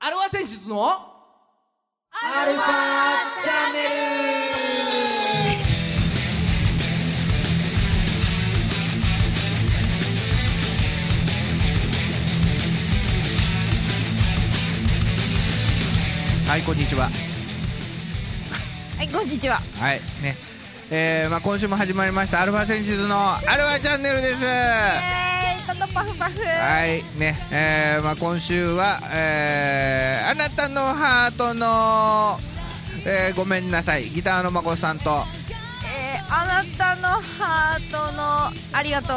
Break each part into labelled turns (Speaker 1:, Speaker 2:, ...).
Speaker 1: アルファ選出のアルファチャンネルはいこんにちは
Speaker 2: はい、こんにちは。
Speaker 1: はいねえーまあ、今週も始まりましたアルファ選出のアルファチャンネルです、
Speaker 2: えー、このパフパフ。
Speaker 1: はいねえーまあ、今週は、えーあなたのハートの、えーごめんなさいギターのまこさんと
Speaker 2: えー、あなたのハートのありがと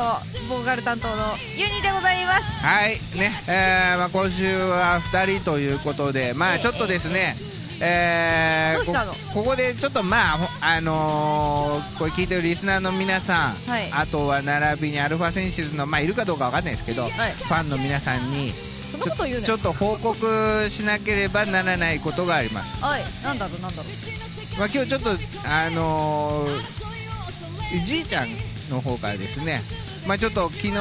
Speaker 2: う、ボーカル担当のユニでございます。
Speaker 1: はいねえーまあ、今週は2人ということで、まあ、
Speaker 2: ええ
Speaker 1: ちょっとですね、えー
Speaker 2: どうしたの
Speaker 1: こここでちょっとまあ、ほあのーこれ聞いてるリスナーの皆さん、
Speaker 2: はい
Speaker 1: あとは並びにアルファセンシズの、まあ、いるかどうかわかんないですけど、
Speaker 2: はい
Speaker 1: ファンの皆さんに
Speaker 2: そんなこと言うね
Speaker 1: ちょちょっと報告しなければならないことがあります、
Speaker 2: はい、なんだろう、なんだろう。
Speaker 1: まあ、今日ちょっとあのーじいちゃんの方からですねまあちょっと昨日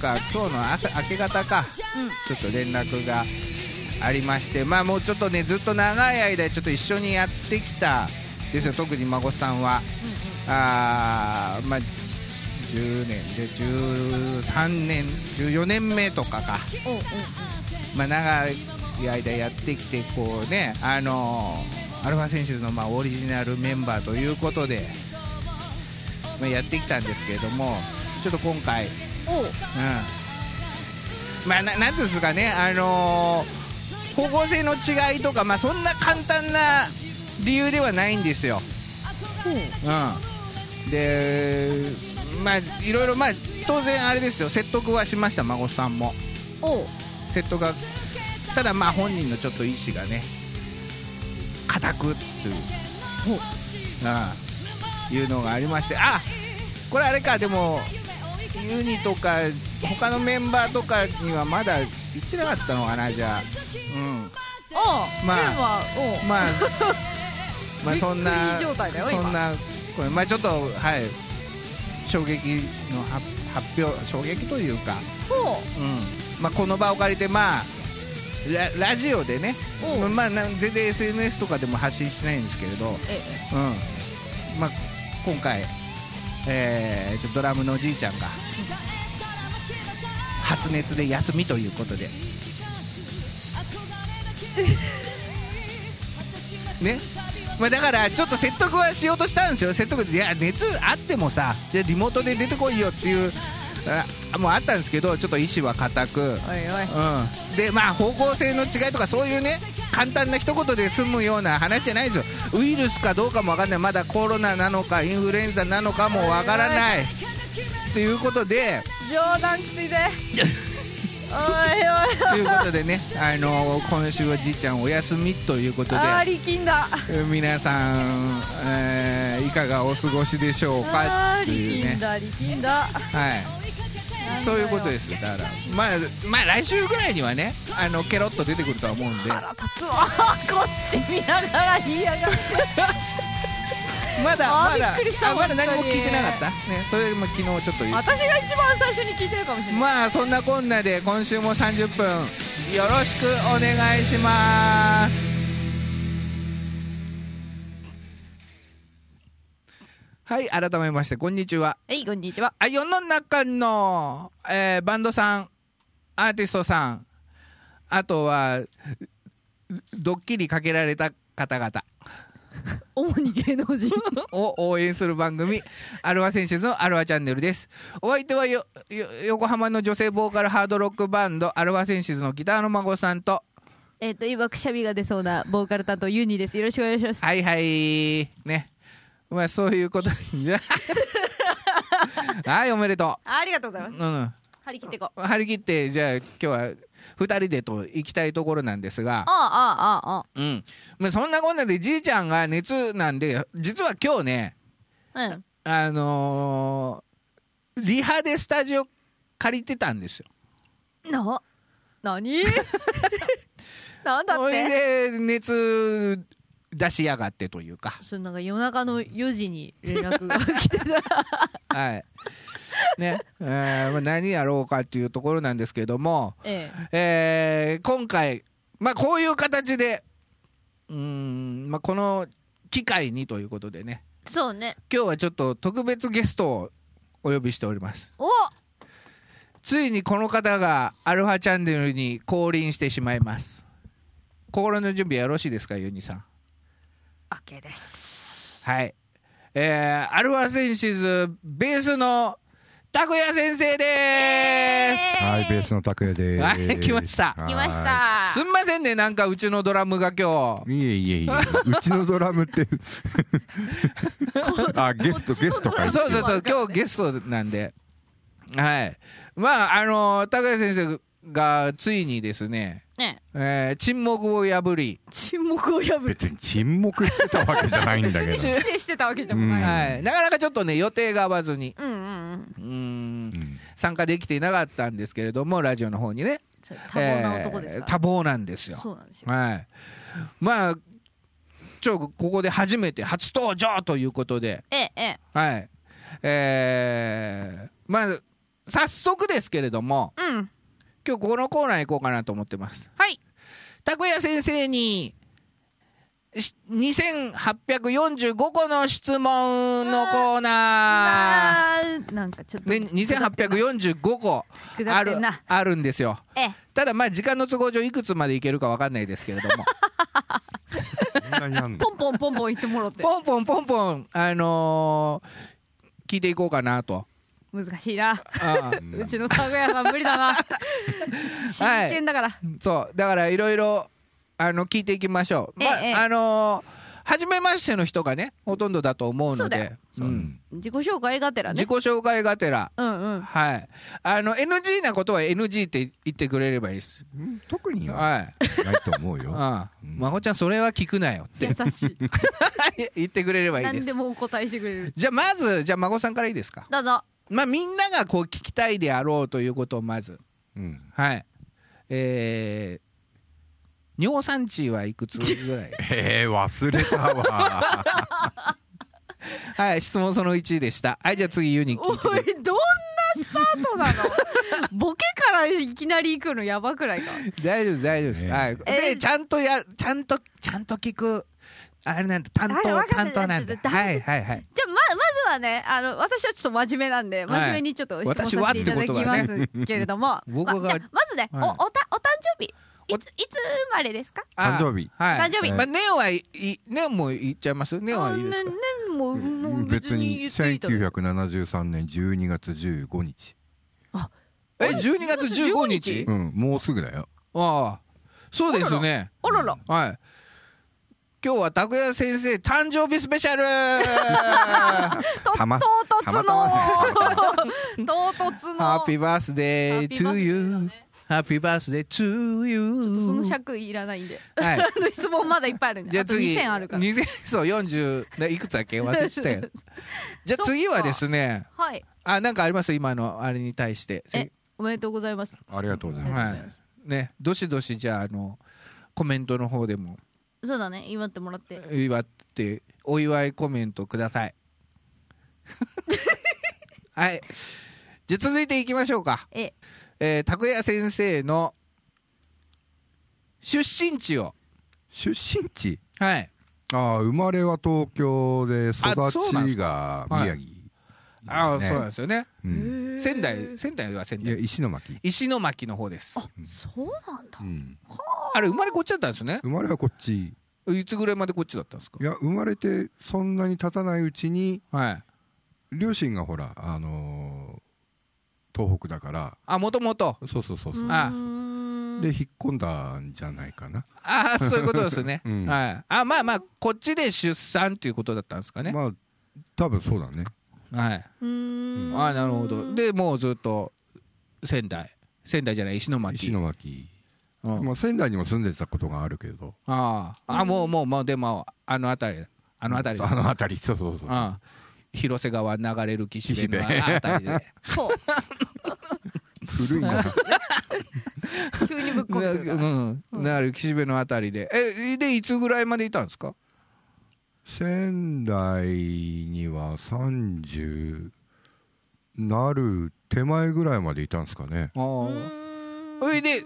Speaker 1: か今日の朝明け方か
Speaker 2: うん。
Speaker 1: ちょっと連絡がありまして、まあ、もうちょっとね、ずっと長い間、ちょっと一緒にやってきたんですよ、特に孫さんは。あーまあ10年で13年14年目とかか、
Speaker 2: うんうん。おうおう
Speaker 1: まあ、長い間やってきてこうねあのアルファ選手のまあオリジナルメンバーということで、まあ、やってきたんですけれどもちょっと今回
Speaker 2: おう。
Speaker 1: うんまあ、ななんていうんですかね、あのー方向性の違いとか、まあ、そんな簡単な理由ではないんですよ。うん、で、まあ、いろいろ、まあ、当然あれですよ、説得はしました、孫さんも。
Speaker 2: おう。おう。
Speaker 1: 説得がただまあ本人のちょっと意思がね固くっていうああいうのがありましてあこれあれかでもユニとか他のメンバーとかにはまだ行ってなかったのかなじゃあう
Speaker 2: おう。
Speaker 1: まあ
Speaker 2: でも
Speaker 1: ん まあまあそんな
Speaker 2: びっくり状態だよ今
Speaker 1: そんなこれまあちょっとはい衝撃の発発表衝撃というか
Speaker 2: おう。おう。
Speaker 1: うんまあ、この場を借りて、まあ、ララジオでね
Speaker 2: おう、
Speaker 1: まあ、なん全然 SNS とかでも発信してないんですけれど、うん
Speaker 2: え
Speaker 1: まあ、今回、えーちょっとドラムのおじいちゃんが発熱で休みということで。 ねまあ、だからちょっと説得はしようとしたんですよ、説得でいや熱あってもさ、じゃあリモートで出てこいよっていう、あもうあったんですけど、ちょっと意思は固く、
Speaker 2: おいおい。
Speaker 1: うん、でまあ方向性の違いとかそういうね簡単な一言で済むような話じゃないですよウイルスかどうかもわかんないまだコロナなのかインフルエンザなのかもわからないっていうことで
Speaker 2: 冗談きついで。お
Speaker 1: と
Speaker 2: いお
Speaker 1: い
Speaker 2: い。
Speaker 1: うことでねあの今週はじいちゃんお休みということで
Speaker 2: あー、力んだ。
Speaker 1: 皆さん、えーいかがお過ごしでしょうか
Speaker 2: あ
Speaker 1: っ
Speaker 2: ー、
Speaker 1: ていう
Speaker 2: 力
Speaker 1: ね
Speaker 2: んだ、力んだ。。
Speaker 1: はいそういうことですすよだからまあまあ来週ぐらいにはねあのケロッと出てくるとは思うんで
Speaker 2: 腹立つわ。 こっち見ながら言いやが って。
Speaker 1: まだ
Speaker 2: あ
Speaker 1: ま
Speaker 2: ー
Speaker 1: だ
Speaker 2: びっくりした
Speaker 1: あまだ何も
Speaker 2: 本当に
Speaker 1: 聞いてなかったねそれも昨日ちょっと言っ
Speaker 2: 私が一番最初に聞いてるかもしれない、
Speaker 1: まあそんなこんなで今週も30分よろしくお願いしますはい改めましてこんにちは
Speaker 2: はいこんにちは
Speaker 1: あ世の中の、えーバンドさんアーティストさんあとはドッキリかけられた方々
Speaker 2: 主に芸能人
Speaker 1: を応援する番組アルファ選手のアルファチャンネルですお相手はよよ横浜の女性ボーカルハードロックバンドアルファ選手のギターの孫さんと
Speaker 2: えっと今くしゃみが出そうなボーカル担当ユニですよろしくお願いします
Speaker 1: はいはいねまあそういうことにはいおめでと
Speaker 2: ありがとうございうます
Speaker 1: うん
Speaker 2: 張り切っていこう
Speaker 1: 張り切ってじゃあ今日は2人でと行きたいところなんですが
Speaker 2: あああああ
Speaker 1: うんまあそんなこんなでじいちゃんが熱なんで実は今日ね
Speaker 2: あうん
Speaker 1: あのーリハでスタジオ借りてたんですよ。
Speaker 2: な 何なんだ
Speaker 1: そ
Speaker 2: っ
Speaker 1: れ
Speaker 2: て、
Speaker 1: で熱出しやがってというか
Speaker 2: それなんか夜中の4時に連絡が来てた
Speaker 1: はいねえーまあ、何やろうかっていうところなんですけども、
Speaker 2: ええ
Speaker 1: えー今回、まあこういう形でうーん、まあ、この機会にということでね
Speaker 2: そうね
Speaker 1: 今日はちょっと特別ゲストをお呼びしております
Speaker 2: お
Speaker 1: ついにこの方がアルファチャンネルに降臨してしまいます心の準備はよろしいですかユニさん
Speaker 2: OK です
Speaker 1: はいえー、アルファセンシズベースの拓也先生です
Speaker 3: はい、ベースの拓也です。
Speaker 1: はい来ました
Speaker 3: はい
Speaker 2: 来まし。た
Speaker 1: すんませんねなんかうちのドラムが今日
Speaker 3: いえいえいえ、うちのドラ ムって。あ、ゲスト、ゲストか
Speaker 2: はい
Speaker 1: あ。そうそうそう
Speaker 2: 今日は
Speaker 1: 今日ゲストなんではいまああの高谷先生がついにですね、
Speaker 2: ね
Speaker 1: えー沈黙を破り、
Speaker 2: 沈黙を破る
Speaker 3: 別に沈黙してたわけじゃないんだ けど。
Speaker 2: 否定してたわけでも
Speaker 3: うん
Speaker 2: ない
Speaker 1: はい、なかなかちょっとね予定が合わずに
Speaker 2: うんうんうん
Speaker 1: うーん
Speaker 3: うん
Speaker 1: 参加できていなかったんですけれどもラジオの方にね
Speaker 2: そう多忙な男です
Speaker 1: えー
Speaker 2: か
Speaker 1: 多忙なんです
Speaker 2: ら
Speaker 1: よ
Speaker 2: そうなんですよ
Speaker 1: はいまあちょここで初めて初登場ということで
Speaker 2: ええええ
Speaker 1: はい。えー、まあ、早速ですけれども、
Speaker 2: うん
Speaker 1: 今日このコーナー行こうかなと思ってます。
Speaker 2: はい
Speaker 1: 拓也先生に、し2845個の質問のコーナー。
Speaker 2: ななんかちょっと
Speaker 1: ね、2845個
Speaker 2: くだ
Speaker 1: あ
Speaker 2: って
Speaker 1: る
Speaker 2: んな
Speaker 1: あるんですよ。
Speaker 2: ええ
Speaker 1: ただまあ時間の都合上いくつまでいけるかわかんないですけれども
Speaker 3: そんなにあんの
Speaker 2: ポンポンポンポン言ってもろって
Speaker 1: ポンポンポンポンあのー聞いていこうかなと。
Speaker 2: 難しいな
Speaker 1: ああ
Speaker 2: うちの家具屋さん無理だな真剣だから
Speaker 1: そうだからいろいろあの聞いていきましょう。ま
Speaker 2: ええ
Speaker 1: あのー初めましての人がねほとんどだと思うの
Speaker 2: そうだ
Speaker 1: で、う
Speaker 3: うんん
Speaker 2: 自己紹介がてら
Speaker 1: 自
Speaker 2: ね
Speaker 1: 己紹介がてら、
Speaker 2: うんうん
Speaker 1: はい、あの NG なことは NG って言ってくれればいいです。
Speaker 3: うん特には
Speaker 1: はい、
Speaker 3: ないと思うよ。
Speaker 1: ああ、孫ちゃんそれは聞くなよ って
Speaker 2: 優しい
Speaker 1: 言ってくれればいいで。
Speaker 2: 何ですもお答えしてくれる
Speaker 1: じゃあまずじゃあ孫さんからいいですか。
Speaker 2: どうぞ
Speaker 1: まあみんながこう聞きたいであろうということをまず
Speaker 3: うん
Speaker 1: はい、えー、尿酸値はいくつぐ らい
Speaker 3: えー、忘れたわ。
Speaker 1: はい、質問その1でした。はい、じゃあ次ユニ聞いてく
Speaker 2: おい
Speaker 1: れ。
Speaker 2: どんなスタートなのボケからいきなり行くのやばくないか
Speaker 1: 大丈夫大丈夫です。
Speaker 3: ね
Speaker 1: はい。
Speaker 2: え
Speaker 1: で、ちゃんとやる、ちゃんと、ちゃんと聞く、あれなんだ、担
Speaker 2: あわ
Speaker 1: 当、
Speaker 2: かん
Speaker 1: 担
Speaker 2: ない
Speaker 1: 当なん
Speaker 2: ち
Speaker 1: だ
Speaker 2: ょっ。と
Speaker 1: はいはいはい。
Speaker 2: じゃあままずはねあの私はちょっと真面目なん
Speaker 1: は
Speaker 2: で
Speaker 1: い
Speaker 2: 真面目にちょっと質問させていただきますけれども、
Speaker 1: 僕
Speaker 2: ま
Speaker 1: が
Speaker 2: あ、じゃあまずね、
Speaker 1: はい
Speaker 2: おおたお誕生日
Speaker 1: お
Speaker 2: いついつ生まれですか
Speaker 1: あ
Speaker 3: 誕生日
Speaker 1: はい。
Speaker 2: 誕生日
Speaker 1: まあ、ネオはい、いネオも言っちゃいますネオはいいですか
Speaker 2: あねねもうもう
Speaker 3: 別に
Speaker 2: 言っていいと思う
Speaker 3: 1973年12月15日。
Speaker 1: え、12月15日
Speaker 3: うん、もうすぐだよ。
Speaker 1: ああ、そうですね。
Speaker 2: あらら
Speaker 1: はい。今日は拓也先生誕生日スペシ ャル
Speaker 2: と
Speaker 3: たま
Speaker 2: 唐突
Speaker 3: た
Speaker 2: の
Speaker 3: またま
Speaker 2: 唐突の
Speaker 1: ハッピーバースデー to you ハッピーバースデー to you
Speaker 2: ちょっとその尺いらないんで
Speaker 1: はい
Speaker 2: あの質問まだいっぱいあるんで
Speaker 1: じゃあ
Speaker 2: と
Speaker 1: 次
Speaker 2: 2000あるから
Speaker 1: 2000そう40ないくつだっけ忘れてたよ じゃあ次はですね
Speaker 2: はい
Speaker 1: あなんかあります今のあれに対して
Speaker 2: えおめでとうございます
Speaker 3: ありがとうございます。
Speaker 1: はいねどしどしじゃああのコメントの方でも
Speaker 2: そうだね祝ってもらって
Speaker 1: 祝ってお祝いコメントくださ いはいじゃあ続いていきましょうか
Speaker 2: え
Speaker 1: えー拓也先生の出身地を
Speaker 3: 出身地
Speaker 1: はい
Speaker 3: ああ生まれは東京で
Speaker 1: あそうなん
Speaker 3: 育
Speaker 1: です
Speaker 3: ちが宮城、
Speaker 1: ああ、
Speaker 3: ね
Speaker 1: そうなんですよね
Speaker 3: うん
Speaker 1: 仙台仙台は仙
Speaker 3: いや
Speaker 1: 台
Speaker 3: 石巻、
Speaker 1: 石巻の方です
Speaker 2: そうなんだ
Speaker 3: うん
Speaker 1: あれ生まれこっちだったんですね
Speaker 3: 生まれはこっち
Speaker 1: いつぐらいまでこっちだったんですか
Speaker 3: いや生まれてそんなに経たないうちに
Speaker 1: はい
Speaker 3: 両親がほらあのー東北だから
Speaker 1: あもともと
Speaker 3: そうそうそうそう、
Speaker 1: あ
Speaker 2: うーん
Speaker 3: で引っ込んだんじゃないかな、
Speaker 1: ああそういうことですね、
Speaker 3: うん
Speaker 1: はいあまあまあこっちで出産っていうことだったんですかね、
Speaker 3: まあ多分そうだね
Speaker 1: はい、
Speaker 2: うーん
Speaker 1: ああなるほどでもうずっと仙台仙台じゃない石巻
Speaker 3: 石巻、
Speaker 1: うん
Speaker 3: まあ、仙台にも住んでたことがあるけど
Speaker 1: あああもうもうもうでもあの辺りあの辺りだ
Speaker 3: あの辺りそうそうそう
Speaker 1: うん広瀬川流れる岸辺の
Speaker 3: 岸辺
Speaker 1: あたりで
Speaker 2: そう
Speaker 3: 古いな
Speaker 2: 急にぶっこん
Speaker 1: な
Speaker 2: で くるか
Speaker 1: う
Speaker 2: ら
Speaker 1: ん、なる岸辺のあたりでえでいつぐらいまでいたんですか
Speaker 3: 仙台には30なる手前ぐらいまでいたんですかね
Speaker 1: ああ
Speaker 2: うーん
Speaker 1: それで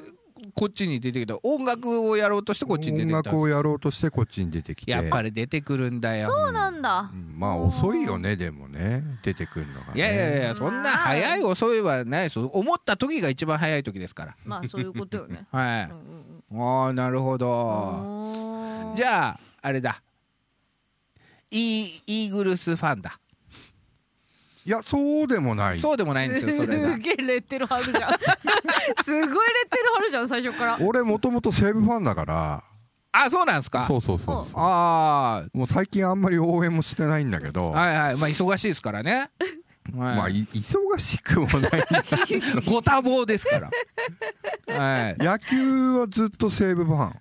Speaker 1: こっちに出てきた音楽をやろうとしてこっちに出
Speaker 3: 音
Speaker 1: てきた
Speaker 3: 楽をやろうとしてこっちに出てきて
Speaker 1: やっぱり出てくるんだよ
Speaker 2: そうなんだ
Speaker 3: うんまあ遅いよねでもね出てくるのが、ね、
Speaker 1: いやいやいやそんな早い遅いはないですよ思った時が一番早い時ですから
Speaker 2: まあそういうことよね
Speaker 1: はい
Speaker 2: うんうん
Speaker 1: ああなるほ
Speaker 2: うん
Speaker 1: ど
Speaker 2: おー
Speaker 1: じゃああれだイーイーグルスファンだ
Speaker 3: いやそうでもない
Speaker 1: そうでもないんですよそれが
Speaker 2: すげえレッテル貼るじゃん すごいレッテル貼るじゃん最初から
Speaker 3: 俺もともと西武ファンだから
Speaker 1: あそうなんですか
Speaker 3: そうそうそうそ
Speaker 1: あ
Speaker 3: うもう最近あんまり応援もしてないんだけど、
Speaker 1: あはいはいまあ忙しいですから ね
Speaker 3: まあ
Speaker 1: はい
Speaker 3: い忙しくも ない
Speaker 1: ご多忙ですからはい
Speaker 3: 野球はずっと西武ファ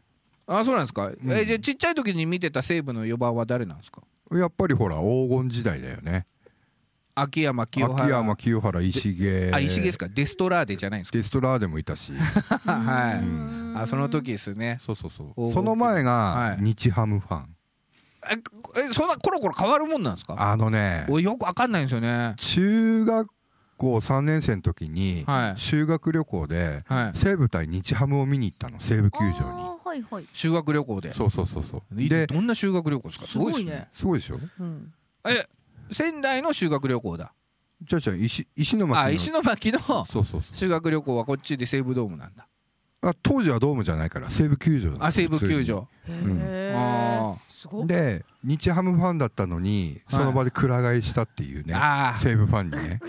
Speaker 1: あそうなんですかえじゃあちっちゃい時に見てた西武の4番は誰なんですか
Speaker 3: ンやっぱりほら黄金時代だよね
Speaker 1: 秋山清原
Speaker 3: 秋山清原石毛
Speaker 1: あ石毛ですかデストラーデじゃないんです
Speaker 3: デストラーデもいたし
Speaker 1: かはい
Speaker 3: ん
Speaker 1: あその時ですね
Speaker 3: そうそうそ
Speaker 1: 黄金
Speaker 3: うその前
Speaker 1: は
Speaker 3: が
Speaker 1: い
Speaker 3: 日ハムファン、
Speaker 1: ええそんなコロコロ変わるもんなんですか
Speaker 3: あのね
Speaker 1: 俺よくわかんないんですよね
Speaker 3: 中学校3年生の時に
Speaker 1: はい
Speaker 3: 修学旅行で
Speaker 1: はい
Speaker 3: 西武対日ハムを見に行ったの西武球場
Speaker 2: あーはいはい
Speaker 1: 修学旅行で
Speaker 3: にそうそうそうそう
Speaker 1: い
Speaker 3: で
Speaker 1: どんな修学旅行ですかすごいですね
Speaker 3: すごいでしょ
Speaker 2: うん
Speaker 1: え仙台の修学旅行だ
Speaker 3: じゃあじゃあ石石巻の
Speaker 1: あ石巻の
Speaker 3: そうそうそう
Speaker 1: 修学旅行はこっちで西武ドームなんだ
Speaker 3: あ当時はドームじゃないから西武球場だった
Speaker 1: あ西武球
Speaker 3: 普
Speaker 1: 場
Speaker 3: ん
Speaker 2: へ
Speaker 1: あ
Speaker 2: ー
Speaker 1: ー
Speaker 2: す
Speaker 3: 通
Speaker 2: ご
Speaker 3: に
Speaker 2: い
Speaker 3: で日ハムファンだったのに
Speaker 1: はい
Speaker 3: その場でくら替えしたっていうね、
Speaker 1: あー
Speaker 3: 西武ファンにね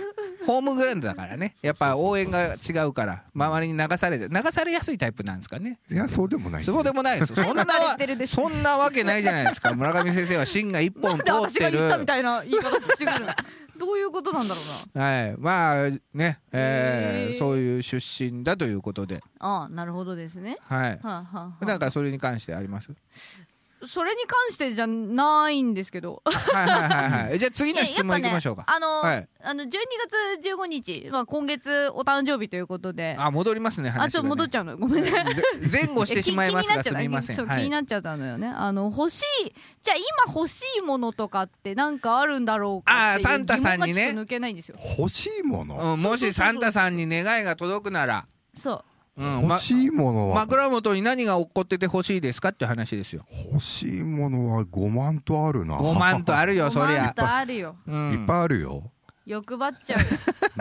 Speaker 1: ホームグラウンドだからねやっぱ応援が違うから周りに流されて流されやすいタイプなんですかね
Speaker 3: いやそうでもない
Speaker 1: そうでもないです そんな
Speaker 2: 流さ
Speaker 1: わ
Speaker 2: れてるでし
Speaker 1: そ
Speaker 2: ょ
Speaker 1: んなわけないじゃないですか村上先生は芯が一本
Speaker 2: なんで
Speaker 1: 通っ
Speaker 2: 私
Speaker 1: て
Speaker 2: が
Speaker 1: る
Speaker 2: 言ったみたいな言い方してくるの どういうことなんだろうな
Speaker 1: はいまあね、え
Speaker 2: へ
Speaker 1: ー、
Speaker 2: ー
Speaker 1: そういう出身だということで
Speaker 2: ああなるほどですね
Speaker 1: はい
Speaker 2: はあ、はあはあ
Speaker 1: なんかそれに関してあります
Speaker 2: それに関してじゃないんですけど
Speaker 1: はいはいはいはいじゃあ次の質問いきましょうか、
Speaker 2: いややっぱね、あ
Speaker 1: は
Speaker 2: の、
Speaker 1: い
Speaker 2: あの12月15日、まあ、今月お誕生日ということであ,、
Speaker 1: あ戻りますね話がね
Speaker 2: ちょっと戻っちゃうのごめんね
Speaker 1: 前後してしまいますが
Speaker 2: え気
Speaker 1: すみ
Speaker 2: 気にな
Speaker 1: ま
Speaker 2: っち
Speaker 1: せ
Speaker 2: ゃったそ
Speaker 1: ん
Speaker 2: う、
Speaker 1: は
Speaker 2: 気に
Speaker 1: い
Speaker 2: なっちゃったのよねあの欲しいじゃあ今欲しいものとかってなんかあるんだろうかっていう
Speaker 1: あーサンタさんにね
Speaker 2: 疑問がちょっと抜けないんですよ
Speaker 3: 欲しいもの、
Speaker 1: うん、もしサンタさんに願いが届くなら、
Speaker 2: そう
Speaker 1: うん、ま
Speaker 3: 欲しいものは、
Speaker 1: 枕元に何が起こってて欲しいですかっていう話ですよ
Speaker 3: 欲しいものは5万とあるな
Speaker 1: 5万とある よそり
Speaker 2: 困っ
Speaker 1: ゃ、
Speaker 2: たあるよ
Speaker 1: う
Speaker 3: いっ
Speaker 1: ん、
Speaker 3: ぱいあるよ
Speaker 2: 欲張っちゃう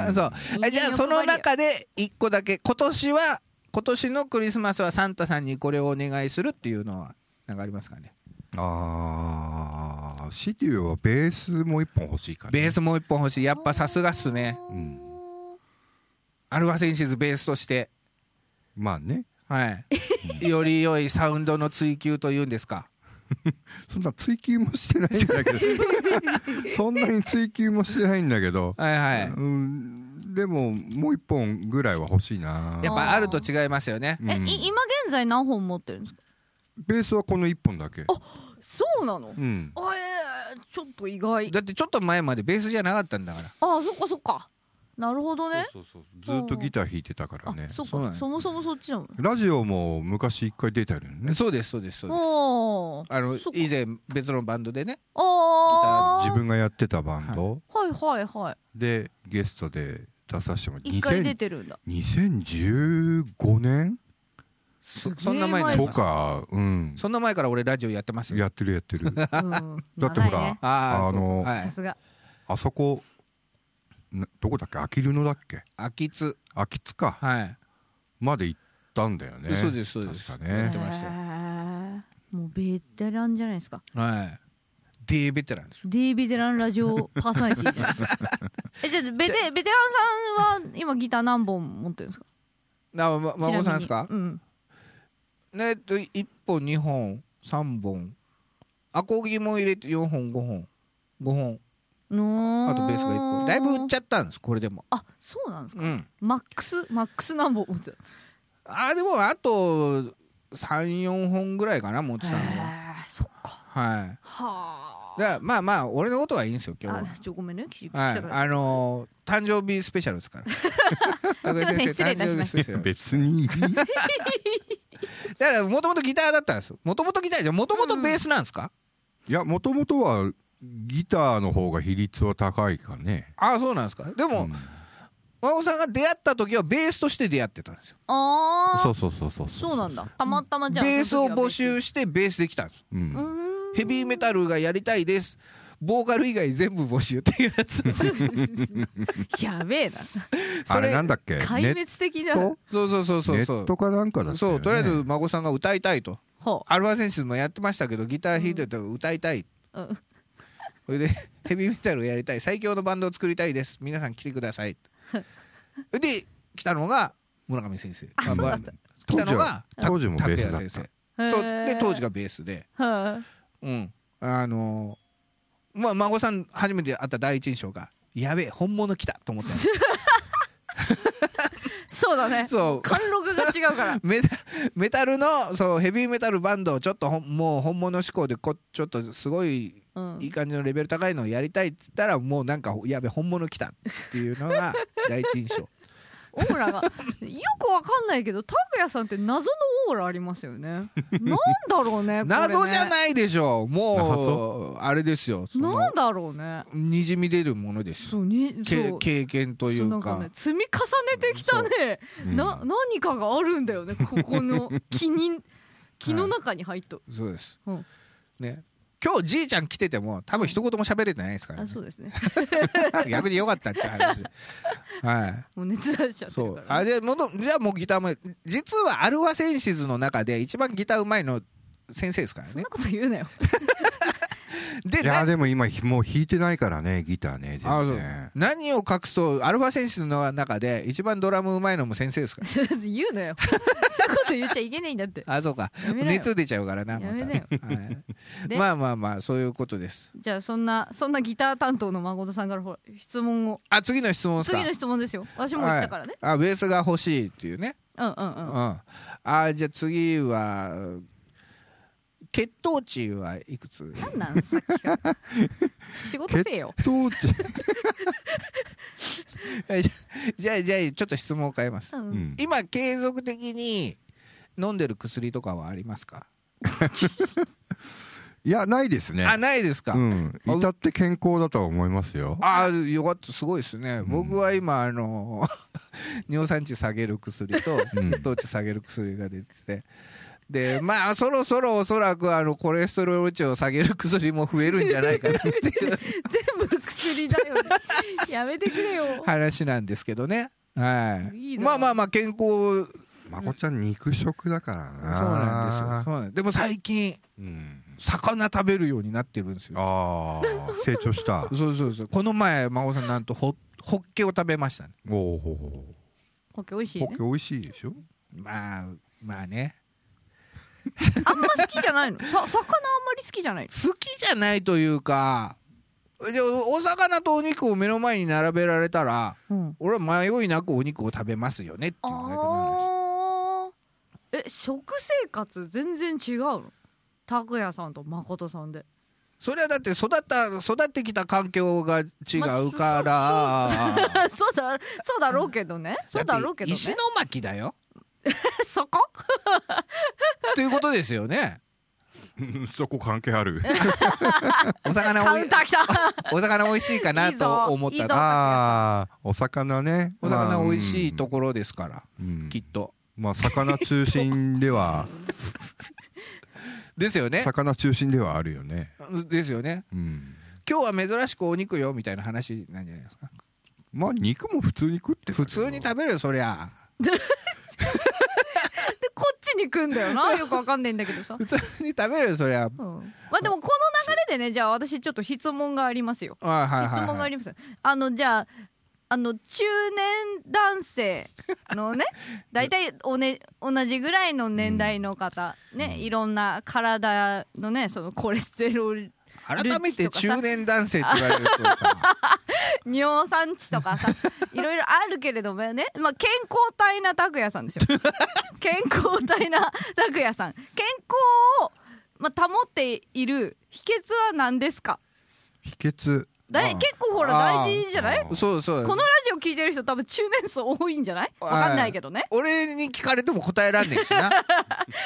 Speaker 2: よ
Speaker 1: そう えじゃあその中で1個だけ今年は今年のクリスマスはサンタさんにこれをお願いするっていうのはなんかありますかね
Speaker 3: ああシティはベースも1本欲しいからね、
Speaker 1: ベースもう1本欲しいやっぱさすがっすね
Speaker 3: うん
Speaker 1: アルファセンシズベースとして
Speaker 3: まあね
Speaker 1: はいより良いサウンドの追求というんですか
Speaker 3: そんな追求もしてないんだ けどそんなに追求もしてないんだけど、
Speaker 1: はいはい、
Speaker 3: うん、でももう1本ぐらいは欲しいな
Speaker 1: やっぱあると違いますよね
Speaker 3: うん
Speaker 2: え、い今現在何本持ってるんですか
Speaker 3: ベースはこの1本だけ
Speaker 2: そうなの、
Speaker 3: うん
Speaker 2: あえーちょっと意外
Speaker 1: だってちょっと前までベースじゃなかったんだから
Speaker 2: ああそっかそっかなるほどね
Speaker 3: そうそうそうずっとギター弾いてたからね
Speaker 2: あそっ
Speaker 1: そうな
Speaker 2: か
Speaker 1: の
Speaker 2: そもそもそっちなの
Speaker 3: ラジオも昔1回出てるよね
Speaker 1: そうですそうですそうです
Speaker 2: おー
Speaker 1: あの
Speaker 2: そっか
Speaker 1: 以前別のバンドでね
Speaker 2: あー
Speaker 3: 自分がやってたバンド
Speaker 2: はいはいはい
Speaker 3: でゲストで出させてもらって
Speaker 2: 一回出
Speaker 3: 2000
Speaker 2: てるんだ
Speaker 3: 2015年
Speaker 1: そそんな前に
Speaker 2: すげ
Speaker 3: と
Speaker 2: え
Speaker 3: かうん
Speaker 1: そんな前から俺ラジオやってますよ
Speaker 3: やってるやってる
Speaker 2: 前 うん
Speaker 3: だって
Speaker 2: 長
Speaker 3: ほ
Speaker 2: いね
Speaker 3: ら
Speaker 1: あー
Speaker 3: あの
Speaker 1: そうは
Speaker 2: さ
Speaker 1: い
Speaker 2: すが
Speaker 3: あそこなどこだっけあきる野だっけ
Speaker 1: 秋津
Speaker 3: 秋津か
Speaker 1: はい
Speaker 3: まで行ったんだよね
Speaker 1: そうですそうです
Speaker 3: 確か
Speaker 1: やって
Speaker 3: ね
Speaker 1: ましたよ
Speaker 2: へーもうベテランじゃないですか
Speaker 1: はいデーベテランですよ
Speaker 2: デーベテランラジオパーソナリティじゃないです かえじゃあベテベテランさんは今ギター何本持ってるんですか
Speaker 1: あま孫さんですか
Speaker 2: ちなみにうん
Speaker 1: ねえっと1本2本3本アコギも入れて4本5本5本
Speaker 2: の
Speaker 1: あとベースが1本だいぶ売っち
Speaker 2: ゃ
Speaker 1: ゃったんですこれでも
Speaker 2: あそうなんですか
Speaker 1: うん
Speaker 2: マックスマックス何本持つ
Speaker 1: あーでもあと34本ぐらいかなもちさんは
Speaker 2: へーそっか
Speaker 1: はい
Speaker 2: はあ
Speaker 1: だからまあまあ俺のことはいいんですよ今日は
Speaker 2: あちょごめんね聞き
Speaker 1: は
Speaker 2: 聞
Speaker 1: い
Speaker 2: きた、かっ
Speaker 1: あのー誕生日スペシャルです から。高木
Speaker 2: すいません失礼いたしまし
Speaker 1: 誕生日ス
Speaker 2: た
Speaker 1: ペシャル
Speaker 3: 別にいい
Speaker 1: だから、もともとギターだったんですよ。もともとギターじゃ、もともとベースなんですか。
Speaker 3: いやもともとはギターの方が比率は高いかね
Speaker 1: ああ、そうなんですか。でも、
Speaker 3: うん
Speaker 1: 真帆さんが出会った時はベースとして出会ってたんですよ
Speaker 2: ああ
Speaker 3: そうそうそうそう
Speaker 2: そうなんだたまたまじゃん
Speaker 1: ベースを
Speaker 2: その時は
Speaker 1: 募集してベースできたんです
Speaker 3: うん
Speaker 2: うーん
Speaker 1: ヘ ビーメタルがやりたいですボーカル以外全部募集っていう やつ
Speaker 2: やべえな
Speaker 3: あれなんだっけ
Speaker 2: 壊滅的だ
Speaker 3: ト
Speaker 1: そうそうそうそう
Speaker 3: ネ
Speaker 1: そう
Speaker 3: ットかなんかだった
Speaker 1: そ
Speaker 3: よね
Speaker 1: うとりあえず孫さんが歌いたいと
Speaker 2: ほ
Speaker 1: アルファセンシズもやってましたけどギター弾いてたら歌いたい、
Speaker 2: う、うん、
Speaker 1: それで ヘビーメタルをやりたい最強のバンドを作りたいです皆さん来てくだ さいで来たのが村上先生あまあ来
Speaker 3: 当
Speaker 1: た
Speaker 3: 時
Speaker 1: の
Speaker 3: は
Speaker 1: が
Speaker 3: 当時もベー
Speaker 1: 拓也
Speaker 3: スだった
Speaker 1: 先生そうで当時
Speaker 2: が
Speaker 1: がベースで
Speaker 2: は
Speaker 1: うんあのーまあ孫さん初めて会った第一印象がやべえ本物来たと思った
Speaker 2: いそうだね
Speaker 1: そう
Speaker 2: 貫禄が違う から
Speaker 1: メタメタルのそうヘビーメタルバンドをちょっとほんもう本物志向でこちょっとすごい
Speaker 2: うん
Speaker 1: いい感じのレベル高いのをやりたいっつったらもうなんかやべ本物来たっていうの が第一印象
Speaker 2: オーラがよくわかんないけど拓哉さんって謎のオーラありますよねなんだろうねこれね
Speaker 1: 謎じゃ
Speaker 2: い
Speaker 1: ないでしょうもうあれですよその
Speaker 2: なんだろうね
Speaker 1: にじみ出るものですよ
Speaker 2: そうに
Speaker 1: け
Speaker 2: そう
Speaker 1: 経験とい
Speaker 2: そうな
Speaker 1: うん
Speaker 2: か
Speaker 1: か
Speaker 2: ね積み重ねてきたね、
Speaker 3: うん
Speaker 2: な何かがあるんだよねここの気に気の中に入っと、
Speaker 1: そうです
Speaker 2: うん
Speaker 1: ね今日じいちゃん来てても多分一言も喋れてないですから
Speaker 2: あ
Speaker 1: ね
Speaker 2: そうですね
Speaker 1: 逆に良かったっていう話 はい
Speaker 2: もう熱出しちゃって
Speaker 1: そ
Speaker 2: る
Speaker 1: う
Speaker 2: から
Speaker 1: あ
Speaker 2: ね、
Speaker 1: でもとじゃあもうギターも実はアルファセンシズの中で一番ギターうまいの先生ですから
Speaker 2: そん
Speaker 1: ね
Speaker 2: なこと言うなよ
Speaker 1: で
Speaker 3: い
Speaker 1: な
Speaker 3: やでも今もう弾いてないからねギターね
Speaker 1: あ
Speaker 3: 全
Speaker 1: そう
Speaker 3: 然ね
Speaker 1: 何を隠そうアルファセンシズの中で一番ドラムうまいのも先生ですか
Speaker 2: 言うなよそういうこと言っちゃいけないんだって
Speaker 1: らあそうか
Speaker 2: やめなよ
Speaker 1: 熱出ちゃうからな
Speaker 2: や
Speaker 1: ま
Speaker 2: め
Speaker 1: た
Speaker 2: なよ
Speaker 1: はい
Speaker 2: で
Speaker 1: まあまあまあそういうことです
Speaker 2: じゃあそんなそんなギター担当の孫田さんからほら質問を
Speaker 1: あ次の質問ですか
Speaker 2: 次の質問ですよ私も言ったからね、
Speaker 1: はいあベースが欲しいっていうね
Speaker 2: うんう
Speaker 1: うん
Speaker 2: うん
Speaker 1: んあじゃあ次は血糖値はいくつ
Speaker 2: なんなんさっきから仕事せえよ
Speaker 3: 当時
Speaker 1: じゃあじゃあちょっと質問を変えます
Speaker 2: う
Speaker 3: うん ん
Speaker 1: 今継続的に飲んでる薬とかはありますか、
Speaker 3: いやないですね
Speaker 1: あないですか、
Speaker 3: うん至って健康だとは思いますよ
Speaker 1: ああよかったすごいですね、
Speaker 3: ん
Speaker 1: 僕は今あの 尿酸値下げる薬と
Speaker 3: うん
Speaker 1: 血糖値下げる薬が出ててでまあそろそろおそらくあのコレステロール値を下げる薬も増えるんじゃないかなってい う
Speaker 2: 全部薬だよねやめてくれよ、
Speaker 1: 話なんですけどねはい
Speaker 2: いいな
Speaker 1: まあまあまあ健康
Speaker 3: まこちゃん肉食だから
Speaker 1: そう
Speaker 3: な
Speaker 1: なんですよそうなんでも最近
Speaker 3: うん
Speaker 1: 魚食べるようになってるんですよ
Speaker 3: ああ 成長した
Speaker 1: そうそうそうこの前真帆さんなんとホホッケを食べましたね
Speaker 3: おおほほほ
Speaker 2: ホッケ美味しい
Speaker 3: ホ
Speaker 2: ね
Speaker 3: ッケ美味しいでしょ
Speaker 1: まあまあね
Speaker 2: あんま好きじゃない のさ魚あんまり好きじゃない
Speaker 1: 好きじゃないというかじゃあおお魚とお肉を目の前に並べられたら
Speaker 2: の、うん、
Speaker 1: 俺は迷いなくお肉を食べますよねっていうだけの
Speaker 2: あーえ食生活全然違うの拓哉さんと誠さんで
Speaker 1: 話それはだって育った育ってきた環境が違うから、
Speaker 2: あ そうだそうだろうけどねそうだろうけどね
Speaker 1: って石巻だよ
Speaker 2: そこ
Speaker 1: ということですよね
Speaker 3: そこ関係あ る
Speaker 1: お魚
Speaker 2: カ
Speaker 1: お
Speaker 2: ウ
Speaker 1: い
Speaker 2: ンター 来た
Speaker 1: お魚美味しいかない
Speaker 2: いぞ
Speaker 1: と思った
Speaker 2: いいぞ
Speaker 1: ら
Speaker 3: ああお魚ね
Speaker 1: お
Speaker 3: ま
Speaker 1: 魚
Speaker 3: あ
Speaker 1: 美味しいところですから、
Speaker 3: うん
Speaker 1: きっと
Speaker 3: まあ魚中心で は
Speaker 1: ですよね
Speaker 3: 魚中心ではあるよね
Speaker 1: ですよね
Speaker 3: うん
Speaker 1: 今日は珍しくお肉よみたいな話なんじゃないですか
Speaker 3: まあ肉も普通に食ってたけど
Speaker 1: 普通に食べるよそりゃ
Speaker 2: でこっちに来んだよ なよくわかんないんだけどさ、
Speaker 1: 普通に食べるよそりゃ
Speaker 2: うん、まあでもこの流れでねじゃあ私ちょっと質問がありますよ
Speaker 1: あはいはい、
Speaker 2: 質問が
Speaker 1: は
Speaker 2: あ
Speaker 1: い、
Speaker 2: りますあのじゃああの中年男性の ね大体おね同じぐらいの年代の方、ねいろんな体のねそのコレステロール
Speaker 1: 改めて
Speaker 2: ルッチとかさ
Speaker 1: 中年男性って言われると さ
Speaker 2: 尿酸値とか さいろいろあるけれどもね、まあ、健康体な拓哉さんです よ健康体な拓哉さん健康を、まあ、保っている秘訣は何ですか
Speaker 3: 秘訣
Speaker 2: だい
Speaker 1: ああ
Speaker 2: 結構ほら
Speaker 1: ああ
Speaker 2: 大事じゃない
Speaker 1: そうそう
Speaker 2: このラジオ聞いてる人多分中年層多いんじゃないわかんないけどね
Speaker 1: 俺に聞かれても答えらんねえしな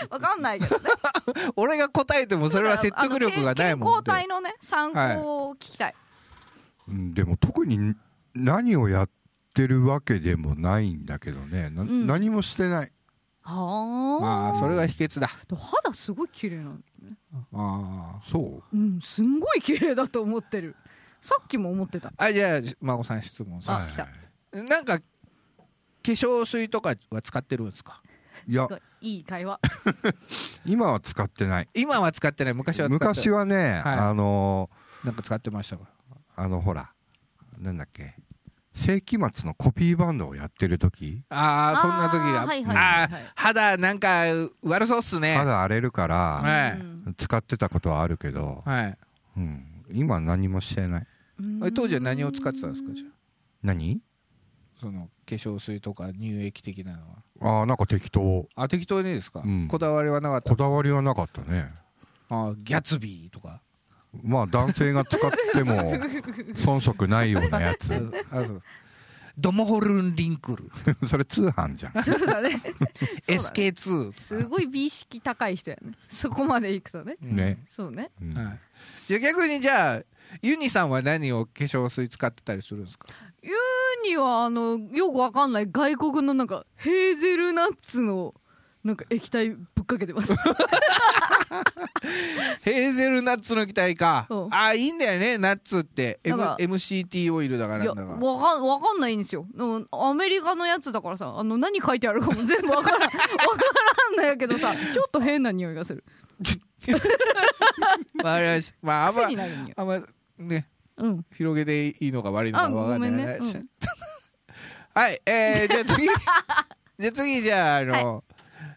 Speaker 2: わかんないけどね
Speaker 1: 俺が答えて もそれは説得力がないもんで
Speaker 2: あの健健康体のね参考を聞きたい、
Speaker 3: うんでも特に何をやっしてるわけでもないんだけどね、な
Speaker 2: うん
Speaker 3: 何もしてない
Speaker 2: はあ
Speaker 1: ああそれが秘訣だ
Speaker 2: 肌すごい綺麗なの
Speaker 1: あ
Speaker 3: そう
Speaker 2: うんすんごい綺麗だと思ってるさっきも思ってた
Speaker 1: ああじゃあ孫さん質問さ
Speaker 2: あ来た
Speaker 1: なんか化粧水とかは使ってるんですか
Speaker 3: いや
Speaker 2: すごいいい会話
Speaker 3: 今は使ってない
Speaker 1: 今は使ってない昔は使って
Speaker 3: 昔はね、
Speaker 1: はい
Speaker 3: あの
Speaker 1: なんか使ってましたか
Speaker 3: ーあのほらなんだっけ世紀末のコピーバンドをやってる時
Speaker 1: ああそんな時が
Speaker 2: あーはいはい
Speaker 1: あ
Speaker 2: はい
Speaker 1: あ肌なんか悪そうっすね
Speaker 3: 肌荒れるから
Speaker 1: はい
Speaker 2: うん
Speaker 3: 使ってたことはあるけど、
Speaker 1: はい
Speaker 3: うん、今何もしてない
Speaker 1: え当時は何を使ってたんですかじゃあ
Speaker 3: 何
Speaker 1: その化粧水とか乳液的なのは
Speaker 3: ああなんか適当
Speaker 1: あ適当にですか、
Speaker 3: うん
Speaker 1: こだわりはなかった
Speaker 3: こだわりはなかったね
Speaker 1: あギャツビーとか
Speaker 3: まあ男性が使って も遜色ないようなやつ
Speaker 1: あそうドモホルンリンクル
Speaker 3: それ通販じゃん
Speaker 2: そうだねそうだね
Speaker 1: SK2
Speaker 2: すごい美意識高い人やねそこまでいくとね
Speaker 3: ね、
Speaker 2: そうね
Speaker 3: うん
Speaker 1: はい、じゃあ逆にじゃあユニさんは何を化粧水使ってたりするんですか
Speaker 2: ユーにはあのよくわかんない外国のなんかヘーゼルナッツのなんか液体ぶっかけてます
Speaker 1: ヘーゼルナッツの機体か
Speaker 2: うん
Speaker 1: あいいんだよねナッツって、M、
Speaker 2: なんか
Speaker 1: MCT オイルだから
Speaker 2: いや
Speaker 1: な
Speaker 2: わ
Speaker 1: んだ
Speaker 2: か
Speaker 1: か
Speaker 2: んわかんないんですよでもアメリカのやつだからさあの何書いてあるかも全部わからんわからんのやけ どさちょっと変な匂いがする
Speaker 1: らわかりましたまああん
Speaker 2: 癖
Speaker 1: ま
Speaker 2: になる匂い
Speaker 1: あんまね
Speaker 2: うん
Speaker 1: 広げていいのか悪いのか分かんない、
Speaker 2: あごめんねうん
Speaker 1: はいえー、 じゃあ次じゃあ次じゃああの、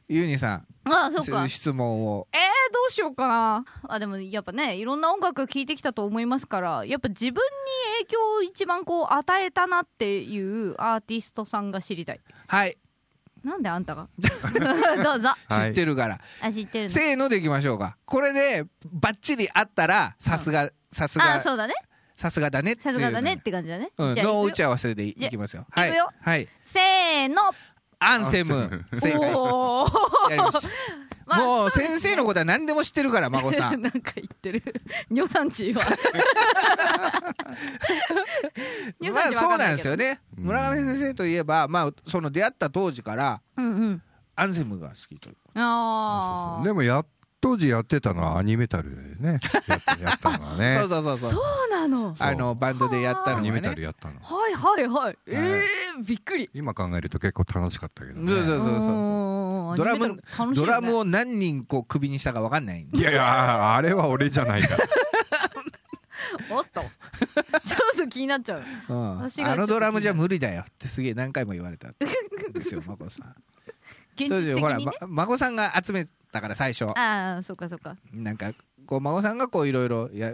Speaker 1: ユニさん
Speaker 2: ああそうか
Speaker 1: 質問を
Speaker 2: えー、どうしようかなあでもやっぱねいろんな音楽聴いてきたと思いますからやっぱ自分に影響を一番こう与えたなっていうアーティストさんが知りたい
Speaker 1: はい
Speaker 2: なんであ んたがどうぞ
Speaker 1: 知
Speaker 3: はい
Speaker 1: ってるから、
Speaker 2: あ知ってるの
Speaker 1: せーのでいきましょうかこれでバッチリあったらさすがさす
Speaker 2: あ
Speaker 1: が
Speaker 2: そうだね
Speaker 1: さすがだねっていう
Speaker 2: さすがだねって感じだね、
Speaker 1: うん
Speaker 2: じゃあ
Speaker 1: ノー
Speaker 2: い
Speaker 1: 打
Speaker 2: く
Speaker 1: ち
Speaker 2: よ
Speaker 1: 合わせでいいきますよ
Speaker 2: じゃ
Speaker 1: は
Speaker 2: あ
Speaker 1: い
Speaker 2: いくよ
Speaker 1: はい
Speaker 2: せーの
Speaker 1: アンセ
Speaker 3: アンセ
Speaker 1: ム
Speaker 3: ム
Speaker 1: 正解
Speaker 2: おー
Speaker 1: やりました
Speaker 2: まあ
Speaker 1: もう
Speaker 2: そうで
Speaker 1: 先
Speaker 2: すね
Speaker 1: 生のことは何でも知ってるから孫さん
Speaker 2: なんか言ってる尿酸値 は 尿
Speaker 1: まあ
Speaker 2: 酸値
Speaker 1: そ
Speaker 2: わか
Speaker 1: うなん
Speaker 2: いけど
Speaker 1: んですよね
Speaker 3: うん
Speaker 1: 村上先生といえばまあその出会った当時から
Speaker 2: うんうん
Speaker 1: アンセムが好きという
Speaker 2: ああ
Speaker 3: でもや当時やってたのはアニメタルでねやっやったのはね
Speaker 1: そうそうそうそう
Speaker 2: そうなの
Speaker 1: あのバンドでやった
Speaker 3: ア
Speaker 1: の
Speaker 3: ニ
Speaker 1: が
Speaker 3: メタ
Speaker 1: ね
Speaker 3: ルやったの
Speaker 2: はいはいはいえー、びっくり
Speaker 3: 今考えると結構楽しかったけどね
Speaker 1: そうそうそうそう
Speaker 2: そ
Speaker 1: ドラムドラム
Speaker 2: を
Speaker 1: を何人こう首にしたか分かんないん で
Speaker 3: いやいやあれは俺じゃないから
Speaker 2: おっと ちょっと気になっちゃう
Speaker 1: うん
Speaker 2: 私が
Speaker 1: あのドラムじゃ無理だよってすげえ何回も言われたんです よ孫さん。
Speaker 2: 現実
Speaker 1: 当
Speaker 2: 的
Speaker 1: 時
Speaker 2: にね
Speaker 1: ほら、ま、孫さんが集めたから最初
Speaker 2: ああそうかそうか
Speaker 1: なんかこう孫さんがこういろいろや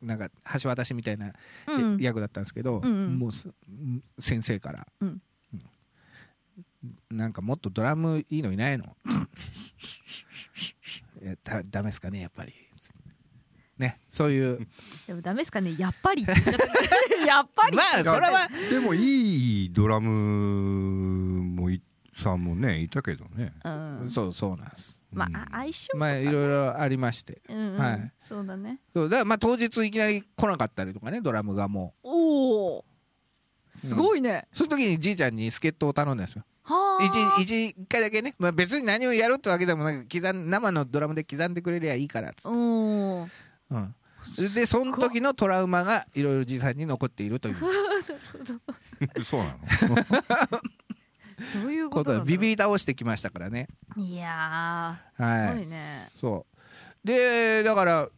Speaker 1: なんか橋渡しみたいな
Speaker 2: うんうん
Speaker 1: 役だったんですけど、
Speaker 2: うんうん
Speaker 1: もうすうん先生から、
Speaker 2: うん
Speaker 1: うんなんかもっとドラムいいのい ないのいやだダメですかねやっぱりつってねそういう
Speaker 2: でもダメですかねやっぱりって 言っちゃったやっぱり
Speaker 1: まあそれは
Speaker 3: でもいいドラムもいさんもねいたけど ね
Speaker 2: うん
Speaker 1: そうそうなんです
Speaker 2: まあ
Speaker 3: うん
Speaker 2: あ相性
Speaker 1: まあいろいろありまして
Speaker 2: うんうん
Speaker 1: はい
Speaker 2: そうだね
Speaker 1: そうだからまあ当日いきなり来なかったりとかねドラムがも
Speaker 2: おおすごいね、
Speaker 1: うその時にじいちゃんに助っ人を頼んだんですよ
Speaker 2: はあ
Speaker 1: 一一一回だけね、まあ、別に何をやるってわけでもなく刻ん生のドラムで刻んでくれりゃいいからっつって、
Speaker 2: おー
Speaker 1: うん、でその時のトラウマがいろいろじいさんに残っているという
Speaker 3: そうなの
Speaker 2: どういう
Speaker 1: こ
Speaker 2: こ
Speaker 1: とと
Speaker 2: な
Speaker 1: で
Speaker 2: んだ
Speaker 1: ビ
Speaker 2: ろ
Speaker 1: ビり倒してきましたからね
Speaker 2: ういやー
Speaker 1: は
Speaker 2: すご
Speaker 1: い
Speaker 2: いね、
Speaker 1: そうでだから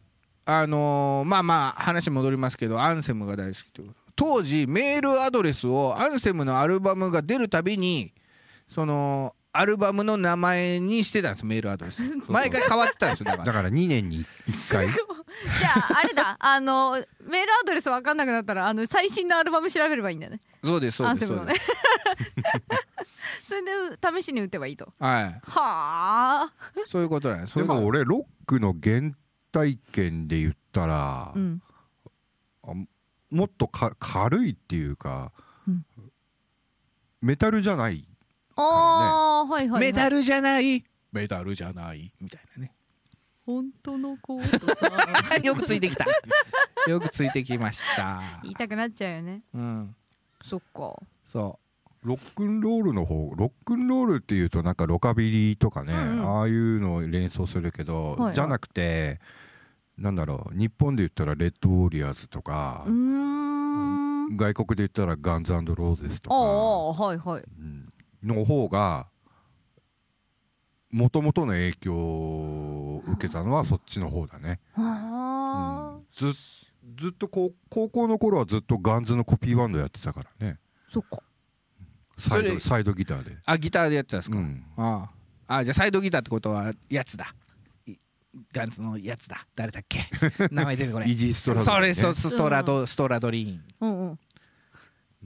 Speaker 1: あのーまあまあ話戻りますけどアンセムが大好きということ当時メールアドレスをアンセムのアルバムが出るたびにそのアルバムの名前にしてたんですメールアドレス 毎回変わってたんですよだから
Speaker 3: だから2年に1回
Speaker 2: じゃああれだ あのメールアドレスわかんなくなったらあの最新のアルバム調べればいいんだよね
Speaker 1: そうですそ
Speaker 2: ア
Speaker 1: う
Speaker 2: ン
Speaker 1: で
Speaker 2: セ
Speaker 1: す
Speaker 2: ム
Speaker 1: そ
Speaker 2: の
Speaker 1: うで
Speaker 2: ね
Speaker 1: す
Speaker 2: それで試しに打てばいいと
Speaker 1: はい
Speaker 2: はあ
Speaker 1: そういうことなんです。
Speaker 3: で
Speaker 1: そう
Speaker 3: も
Speaker 1: いうこ
Speaker 3: 俺ロックの原体験で言ったら、
Speaker 2: うん
Speaker 3: もっとか軽いっていうか、
Speaker 2: うん
Speaker 3: メタルじゃない
Speaker 2: あー、はいはい、
Speaker 1: と
Speaker 2: はい、
Speaker 1: メダ
Speaker 2: ル
Speaker 1: ルじゃない。メダルじゃないみたいなね。
Speaker 2: 本当の子とさ
Speaker 1: よくついてきた。よくついてきました。
Speaker 2: 言いたくなっちゃうよね
Speaker 1: うん。
Speaker 2: そっか
Speaker 1: そ
Speaker 3: ロックンロールの方ロックンロールっていうとなんかロカビリーとかね、
Speaker 2: うんうん
Speaker 3: ああいうのを連想するけど、
Speaker 2: はいはい
Speaker 3: じゃなくてなんだろう日本で言ったらレッドウォリアーズとか
Speaker 2: うー、ん
Speaker 3: 外国で言ったらガンズローゼスと
Speaker 2: あ
Speaker 3: か、
Speaker 2: あはいはい
Speaker 3: うんの方がもともとの影響を受けたのはそっちの方だね、
Speaker 2: あ
Speaker 3: う
Speaker 2: あ
Speaker 3: んずずっとこう高校の頃はずっとガンズのコピーバンドやってたからね
Speaker 2: そっか
Speaker 3: サイ
Speaker 1: そ
Speaker 3: ド
Speaker 1: れ
Speaker 3: サイドギターで、
Speaker 1: あギターでやってたんです
Speaker 3: う
Speaker 1: か、
Speaker 3: ん、
Speaker 1: あああじゃあサイドギターってことはやつだいガンツのやつだ誰だっ け名前出てこない
Speaker 3: イージーストラド
Speaker 1: そ
Speaker 3: リー
Speaker 1: れ
Speaker 3: ね
Speaker 1: そうストラド、ストラドリ
Speaker 2: うんうん
Speaker 3: う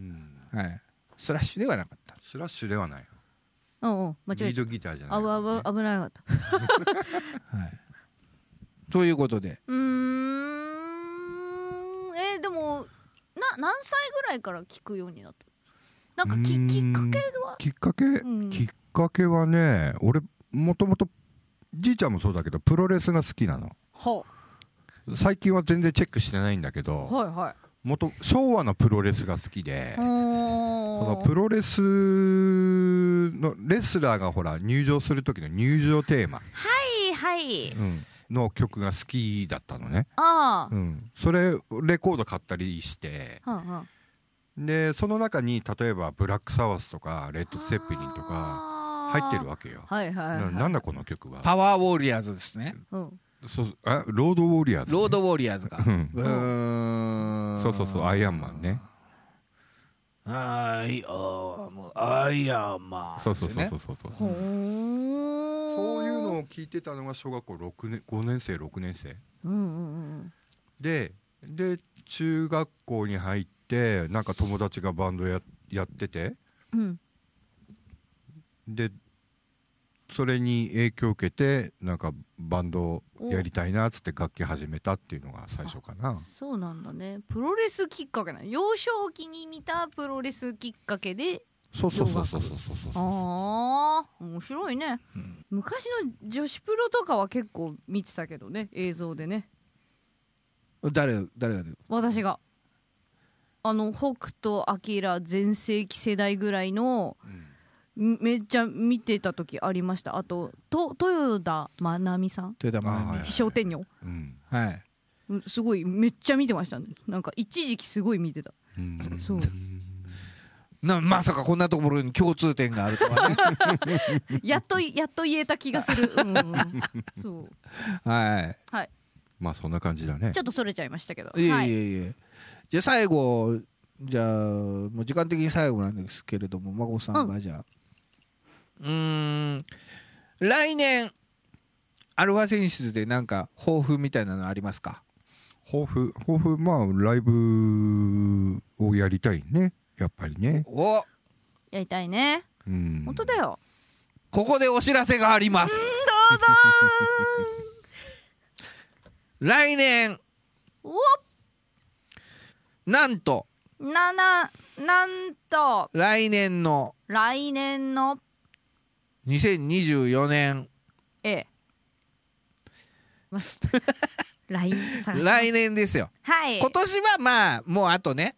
Speaker 3: ん
Speaker 1: ーン、はい、スラッシュではなかった
Speaker 3: スラッシュではない
Speaker 2: うんうん間
Speaker 3: リ
Speaker 2: 違え
Speaker 3: ー
Speaker 2: た
Speaker 3: ドギターじゃない
Speaker 2: あぶあぶ危なかった
Speaker 1: ということで
Speaker 2: うーんえーでもな何歳ぐらいから聞くようになったなんかき
Speaker 3: うーん
Speaker 2: きっかけは
Speaker 3: きっかけ、
Speaker 2: ん
Speaker 3: きっかけはね俺もともとじいちゃんもそうだけどプロレスが好きなの
Speaker 2: は
Speaker 3: 最近は全然チェックしてないんだけ
Speaker 2: あ
Speaker 3: ど
Speaker 2: はいはい
Speaker 3: 元昭和のプロレスが好きで
Speaker 2: お
Speaker 3: この
Speaker 2: の
Speaker 3: プロレスのレスラーがほら入場する時の入場テーマ、
Speaker 2: はいはい
Speaker 3: うんの曲が好きだったのね、
Speaker 2: ああ
Speaker 3: うん、それレコード買ったりして
Speaker 2: はんはん
Speaker 3: でその中に例えばブラックサワスとかレッド・セッペリンとか
Speaker 2: か
Speaker 3: 入ってるわけよ、
Speaker 2: はいはいはい
Speaker 3: ななんだこの曲は
Speaker 1: パワーウォリアーズですね
Speaker 2: うん
Speaker 3: そうあロード・ウォリアーズね、
Speaker 1: ロードウォリアーズかう
Speaker 3: うん
Speaker 1: ーん
Speaker 3: そうそうそうアイアンマンね
Speaker 1: アイアンアイアンマン
Speaker 3: そうそうそうそううそうそう
Speaker 2: ほー
Speaker 3: そういうのを聞いてたのが小学校6年5年生6年生
Speaker 2: うんうんうん
Speaker 3: でで中学校に入ってなんか友達がバンドややってて
Speaker 2: うん
Speaker 3: でそれに影響を受けてなんかバンドやりたいなっつって楽器始めたっていうのが最初かな
Speaker 2: そうなんだねプロレスきっかけなの幼少期に見たプロレスきっかけで
Speaker 3: そうそうそうそうそうそうそう
Speaker 2: ああ面白いね、昔の女子プロとかは結構見てたけどね映像でね
Speaker 1: 誰誰が出る
Speaker 2: 私があの北斗晶全盛期世代ぐらいの
Speaker 3: うん
Speaker 2: んめっちゃ見てた時ありましたあとと豊田真奈美さん
Speaker 1: 豊田真
Speaker 3: あ
Speaker 1: 奈
Speaker 3: はい
Speaker 2: 飛翔天女
Speaker 3: うん
Speaker 1: はい
Speaker 2: うんすごいめっちゃ見てましたねなんか一時期すごい見て た
Speaker 3: うん
Speaker 2: そう
Speaker 1: なまさかこんなところに共通点があるとは ね
Speaker 2: やっとやっと言えた気がする、うん、そう
Speaker 1: はい
Speaker 2: はい
Speaker 3: まあそんな感じだね
Speaker 2: ちょっとそれちゃいましたけど
Speaker 1: いえい
Speaker 2: は
Speaker 1: えいえ、じゃあ最後じゃあもう時間的に最後なんですけれども孫さんがじゃあうーん来年アルファ選出でなんか抱負みたいなのありますか
Speaker 3: 抱負抱負まあライブをやりたいねやっぱりね
Speaker 1: お
Speaker 2: やりたいね
Speaker 3: うん
Speaker 2: 本当だ よ
Speaker 1: ここでお知らせがあります 来年
Speaker 2: お
Speaker 1: なんと
Speaker 2: なななんと
Speaker 1: 来年の
Speaker 2: 来年の
Speaker 1: 2024年
Speaker 2: えます来探し
Speaker 1: 来年ですよ
Speaker 2: はい
Speaker 1: 今年はまあもうあとね、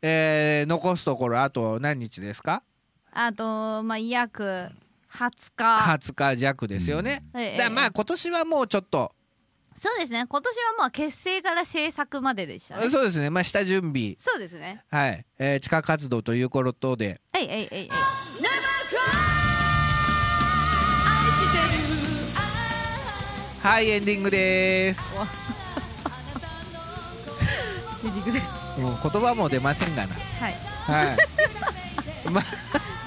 Speaker 1: えー残すところあと何日ですか
Speaker 2: あとまあ約20日
Speaker 1: 20日弱ですよね、
Speaker 2: ええ
Speaker 1: だからまあ今年はもうちょっと、
Speaker 2: そうですね今年はまあ結成から制作まででしたね
Speaker 1: そうですねまあ下準備
Speaker 2: そうですね
Speaker 1: はい、えー地下活動ということで
Speaker 2: えいえいえいえい
Speaker 1: はいエンディングです
Speaker 2: エンディングです
Speaker 1: もう言葉も出ませんがな
Speaker 2: はい
Speaker 1: はい ま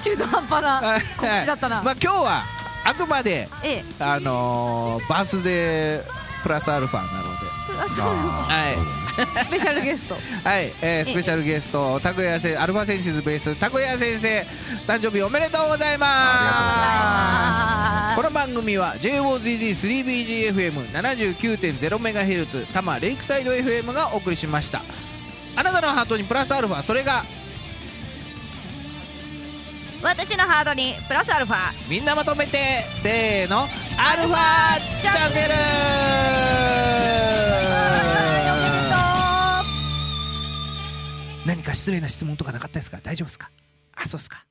Speaker 2: 中途半端
Speaker 1: あ
Speaker 2: な告知だったな、
Speaker 1: まあ今日はあくまで
Speaker 2: ええ
Speaker 1: あのーバースデープラスアルファなので
Speaker 2: あそう
Speaker 3: あ
Speaker 1: はい
Speaker 2: スペシャルゲスト
Speaker 1: はい、えースペシャルゲスト、たくやせアルファセンシズベース、たくや先生、誕生日おめでとうございます。
Speaker 2: あ
Speaker 1: この番組は JOZZ3BGFM79.0MHz 多摩レイクサイド FM がお送りしましたあなたのハートにプラスアルファそれが
Speaker 2: ー私のハードにプラスアルファ
Speaker 1: みんなまとめてせーのアルファチャンネル 何か失礼な質問とかなかったですか大丈夫ですかあそうですか